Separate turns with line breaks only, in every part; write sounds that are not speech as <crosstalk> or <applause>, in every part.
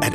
At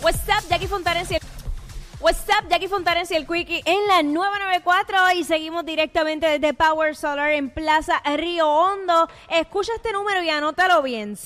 What's up, Jackie Fontanes y el... What's up, Jackie Fontanes y el Quickie en la 994 y seguimos directamente desde Power Solar en Plaza Río Hondo. Escucha este número y anótalo bien,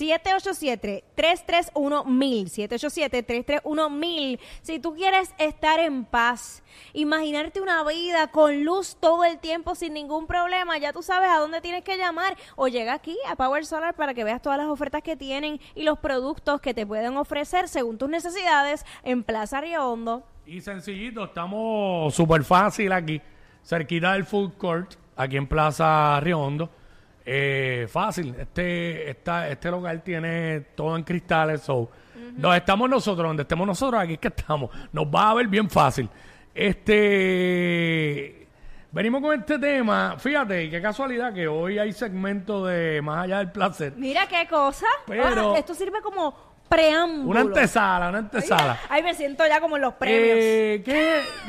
787-331-1000, 787-331-1000. Si tú quieres estar en paz, imaginarte una vida con luz todo el tiempo sin ningún problema, ya tú sabes a dónde tienes que llamar o llega aquí a Power Solar para que veas todas las ofertas que tienen y los productos que te pueden ofrecer según tus necesidades en Plaza Río Hondo.
Y sencillito, estamos súper fácil aquí, cerquita del food court, aquí en Plaza Riondo. Eh, fácil, este, esta, este local tiene todo en cristales, so. Donde estamos nosotros, donde estemos nosotros, aquí es que estamos. Nos va a ver bien fácil. Este. Venimos con este tema. Fíjate, y qué casualidad que hoy hay segmento de Más allá del placer.
Mira qué cosa.
Pero-
Ah, esto sirve como preámbulo.
Una antesala, una antesala.
Ay, me siento ya como en los premios.
Eh, ¿Qué? <laughs>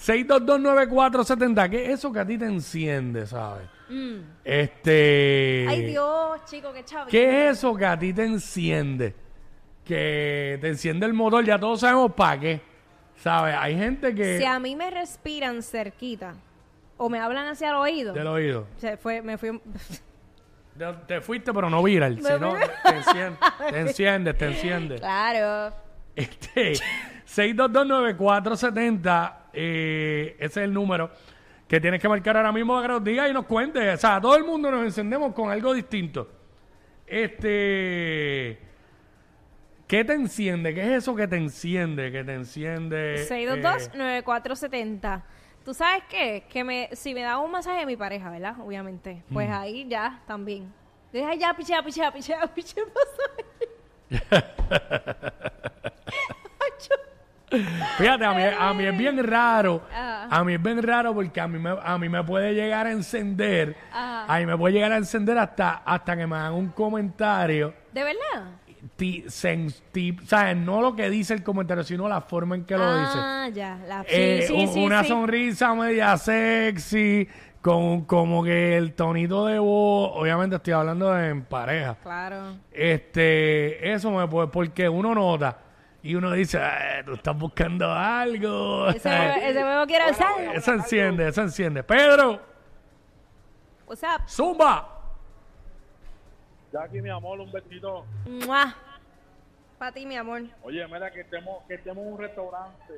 6229470. ¿Qué es eso que a ti te enciende, sabes? Este.
Mm. Ay, Dios, chico, qué chavi.
¿Qué es eso que a ti te enciende? Que te enciende el motor, ya todos sabemos para qué. ¿Sabes? Hay gente que.
Si a mí me respiran cerquita o me hablan hacia el oído,
Del oído.
se fue, me <laughs> fui.
Te, te fuiste, pero no viral.
Me
sino
fui-
te, te enciende, te enciende, te enciende.
<laughs> claro.
Este, 6229470, eh, ese es el número que tienes que marcar ahora mismo para que nos diga y nos cuente. O sea, todo el mundo nos encendemos con algo distinto. Este, ¿qué te enciende? ¿Qué es eso que te enciende? Que te enciende. eh,
622-9470. ¿Tú sabes qué? Que me, si me da un masaje de mi pareja, ¿verdad? Obviamente. Pues
Mm.
ahí ya, también. Deja ya, pichea, pichea, pichea, <laughs> pichea, masaje.
Fíjate, a mí, a mí es bien raro.
Ah.
A mí es bien raro porque a mí me, a mí me puede llegar a encender.
Ajá.
A mí me puede llegar a encender hasta, hasta que me hagan un comentario.
¿De verdad?
ti- sen- ti- ¿sabes? No lo que dice el comentario, sino la forma en que lo dice.
Ah, ya. La, sí,
Eh,
sí,
un-
sí,
una
sí.
sonrisa media sexy, con como que el tonito de voz, obviamente estoy hablando de en pareja.
Claro.
Este, eso me puede, porque uno nota y uno dice, "Ah, tú estás buscando algo.
Ese huevo,
<laughs>
ese huevo quiere usar.
eso enciende, eso enciende. Pedro,
O sea,
zumba.
Jackie, mi amor, un besito.
¡mua! Para ti, mi amor.
Oye, mira, que estemos, que estemos en un restaurante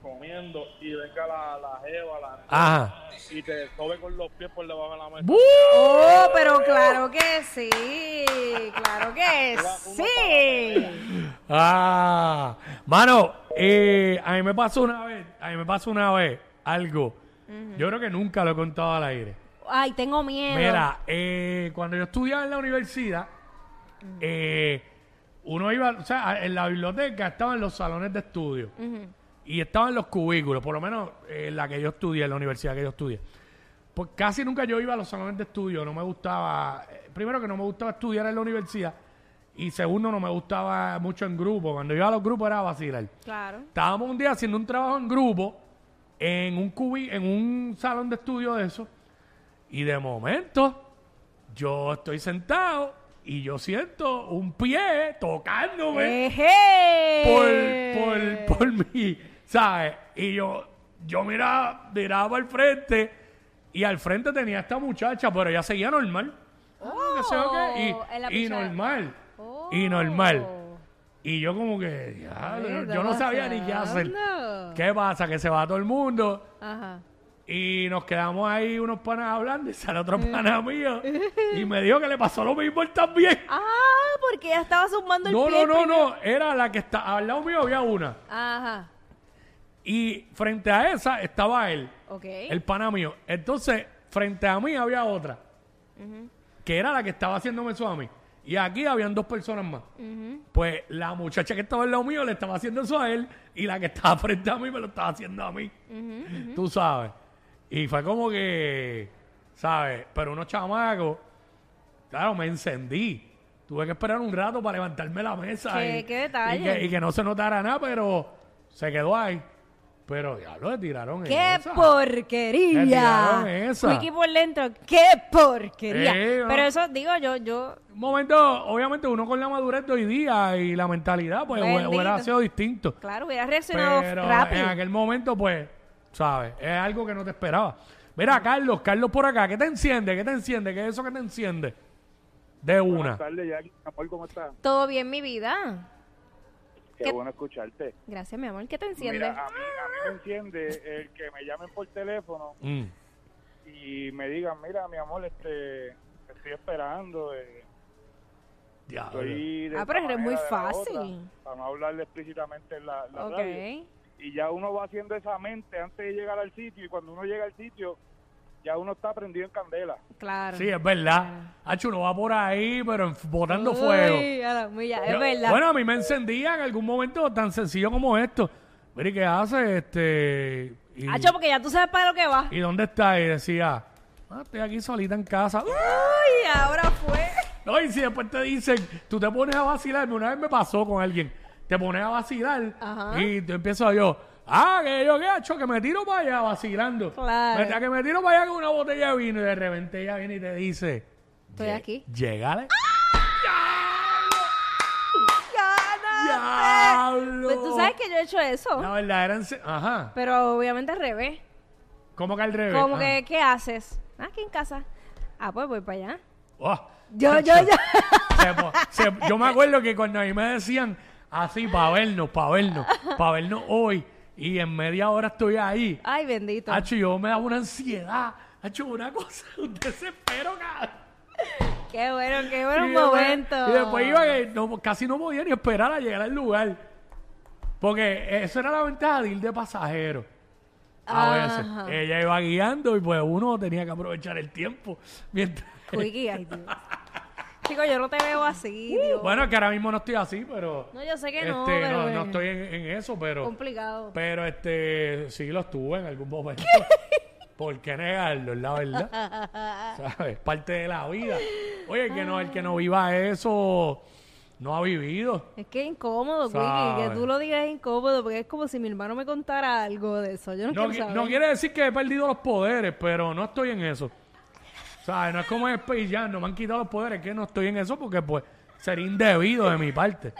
comiendo y venga la, la jeva la,
Ajá.
y te sobe con los pies por debajo de la mesa.
¡Bú!
Oh, pero claro que sí, claro que sí.
Ah, mano, eh, a mí me pasó una vez, a mí me pasó una vez algo. Yo creo que nunca lo he contado al aire.
Ay, tengo miedo.
Mira, eh, cuando yo estudiaba en la universidad, eh, uno iba, o sea, en la biblioteca estaban los salones de estudio y estaban los cubículos, por lo menos eh, en la que yo estudié, en la universidad que yo estudié. Pues casi nunca yo iba a los salones de estudio, no me gustaba, eh, primero que no me gustaba estudiar en la universidad y segundo no me gustaba mucho en grupo, cuando iba a los grupos era a vacilar.
Claro.
Estábamos un día haciendo un trabajo en grupo en un cubi, en un salón de estudio de eso. Y de momento, yo estoy sentado y yo siento un pie tocándome
Eh, Eje.
por, por, por mí, ¿sabes? Y yo, yo miraba, miraba al frente y al frente tenía esta muchacha, pero ella seguía normal. Ah, qué sé yo qué,
Oh, en la
Y, y
pichada.
normal.
Oh.
Y normal. Y yo como que, diablo, yo,
está
yo no sabía ni qué hacer.
pasando?
¿Qué pasa? Que se va todo el mundo.
Ajá.
Y nos quedamos ahí unos panas hablando y sale otro pana mío. Y me dijo que le pasó lo mismo a él también.
Ah, porque ella estaba zumbando el
No,
pie
no, no,
primero.
no. Era la que está. Al lado mío había una.
Ajá.
Y frente a esa estaba él,
Ok.
el pana mío. Entonces, frente a mí había otra. Que era la que estaba haciéndome eso a mí. Y aquí habían dos personas más. Pues la muchacha que estaba al lado mío le estaba haciendo eso a él. Y la que estaba <laughs> frente a mí me lo estaba haciendo a mí. Tú sabes. Y fue como que. ¿Sabes? Pero unos chamacos. Claro, me encendí. Tuve que esperar un rato para levantarme la mesa.
Qué-
y,
qué detalle.
Y que, y que no se notara nada, pero se quedó ahí. Pero diablo, le tiraron
¡Qué
esa. Le tiraron
porquería!
esa.
Wiki por dentro.
¡Qué porquería!
Eh, no.
Pero eso, digo, yo, yo,
Un momento, obviamente uno con la madurez de hoy día y la mentalidad, pues hue- hubiera
Bendito.
sido distinto.
claro, hubiera reaccionado
Pero en
rápido.
aquel momento, pues, ¿sabes? Es algo que no te esperaba. Mira, Carlos, Carlos por acá, ¿qué te enciende? ¿Qué te enciende? ¿Qué es eso que te enciende? De una.
Buenas tardes, Jackie. Amor, ¿cómo estás?
Todo bien, mi vida.
Qué,
¿Qué-
bueno escucharte.
Gracias, mi amor, que te enciende.
Mira, a mí, a mí me enciende el que me llamen por teléfono
Mm.
y me digan, mira, mi amor, este, te estoy esperando, eh,
Diablo.
estoy de
Ah,
esta
pero eres
manera,
muy
de la
fácil.
otra", para no hablarle explícitamente en la, la
ok.
radio. Y ya uno va haciendo esa mente antes de llegar al sitio y cuando uno llega al sitio, ya uno está prendido en candela.
Claro.
Sí, es verdad. Hacho, uno va por ahí, pero enf- botando
Uy,
fuego.
a la humilla,
Yo-
es verdad.
Bueno, a mí me encendía en algún momento tan sencillo como esto. Mire, ¿qué hace? Este. Y,
Hacho, Ah, porque ya tú sabes para lo que va.
¿y dónde está? Y decía, ah, estoy aquí solita en casa.
Uy, ahora fue.
No, y si después te dicen, tú te pones a vacilar, una vez me pasó con alguien, te pones a vacilar y te empiezo yo, ah, que yo qué hecho, que me tiro para allá vacilando.
Claro.
Me- que me tiro para allá con una botella de vino y de repente ella viene y te dice,
Estoy aquí.
llegale. ¡Diablo!
Pues tú sabes que yo he hecho eso.
La verdadera ense- Ajá.
Pero obviamente al revés.
¿Cómo que al revés?
Como
Ah.
que, ¿qué haces? Ah, aquí en casa. Ah, pues voy para allá.
Oh,
Yo, yo,
chacho.
yo.
Se po- se- yo me acuerdo que cuando a mí me decían así, para vernos, para vernos, para vernos hoy, y en media hora estoy ahí.
Ay, bendito.
Hacho, yo me daba una ansiedad. Hacho, una cosa, <laughs> un desespero, cabrón.
Qué bueno, qué buen
Y después-
momento.
Y después iba que no- casi no podía ni esperar a llegar al lugar. Porque eso era la ventaja de ir de pasajero. A veces.
Ajá.
Ella iba guiando y pues uno tenía que aprovechar el tiempo. Mientras...
Wiki, ay, Dios. Chico, yo no te veo así, Dios.
Uh, Bueno, es que ahora mismo no estoy así, pero...
No, yo sé que no,
este,
pero-
no, estoy en, en eso, pero...
Complicado.
Pero este, sí lo estuve en algún momento. <laughs> ¿Por qué negarlo? Es la verdad.
<laughs>
¿Sabes? Parte de la vida. Oye, el que, no, el que no viva eso no ha vivido.
Es que es incómodo, Wiki, que
Sabe.
tú lo digas es incómodo, porque es como si mi hermano me contara algo de eso. Yo no,
No,
quiero
qui-
saber.
no quiere decir que he perdido los poderes, pero no estoy en eso. ¿Sabes? No es como en Space Jam, no me han quitado los poderes, que no estoy en eso porque pues sería indebido de mi parte.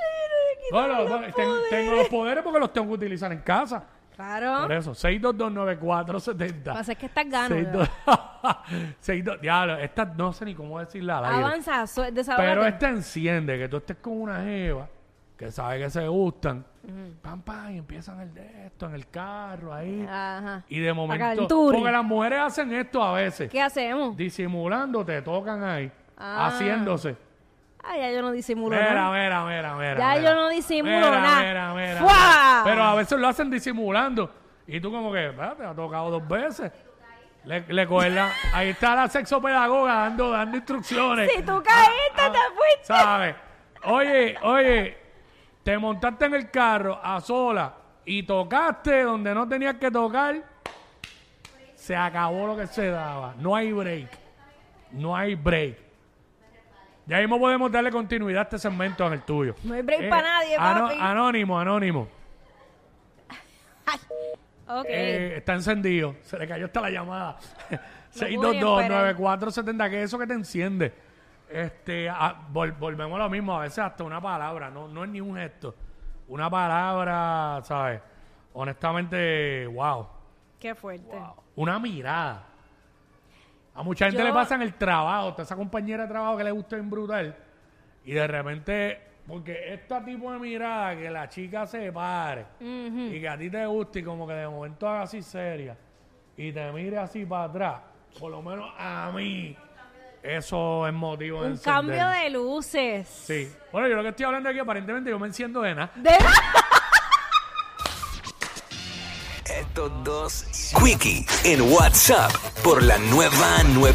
Bueno, bueno, ten- tengo los poderes porque los tengo que utilizar en casa.
Claro.
Por eso, 6229470.
Pasa es que estás ganas.
Seis,
¿verdad?
dos- <laughs> seis, dos- diablo, esta no sé ni cómo decirla al aire.
Avanza, su- desahógate.
Pero esta enciende, que tú estés con una jeva que sabe que se gustan, pam, pam, y empiezan el de esto en el carro ahí.
Ah, Ajá.
Y de momento,
calenturi.
porque las mujeres hacen esto a veces,
¿Qué hacemos?
disimulando, te tocan ahí,
Ah.
haciéndose.
Ah, ya yo no disimulo
Mira,
nada.
mira, mira, mira.
Ya
mira.
yo no disimulo
Mira,
nada.
mira, mira,
¡Fua!
mira. Pero a veces lo hacen disimulando. Y tú como que, "Ah, te ha tocado dos veces. Le, le coges la... Ahí está la sexopedagoga dando, dando instrucciones.
Si tú caíste,
Ah, ah,
te fuiste.
¿Sabes? Oye, oye, te montaste en el carro a sola y tocaste donde no tenías que tocar. Se acabó lo que se daba. No hay break. No hay break. Ya mismo podemos darle continuidad a este segmento en el tuyo. Eh,
No hay break pa' nadie,
ano-
papi.
Anónimo, anónimo.
Ok.
Eh, está encendido. Se le cayó hasta
<laughs>
la llamada.
esperar.
622-9470, que es eso que te enciende. Este, a- vol- volvemos a lo mismo, a veces hasta una palabra, no, no es ni un gesto. Una palabra, ¿sabes? Honestamente, wow.
Qué fuerte.
Una mirada. A mucha gente le pasa en el trabajo, está esa compañera de trabajo que le gusta bien brutal. Y de repente Porque este tipo de mirada que la chica se pare y que a ti te guste y como que de momento haga así seria y te mire así para atrás, por lo menos a mí, eso es motivo de
Un cambio
encenderme.
de luces.
Sí. Bueno, yo lo que estoy hablando es que aparentemente yo me enciendo de nada.
De-
Estos dos Quickie en WhatsApp por la nueva 9.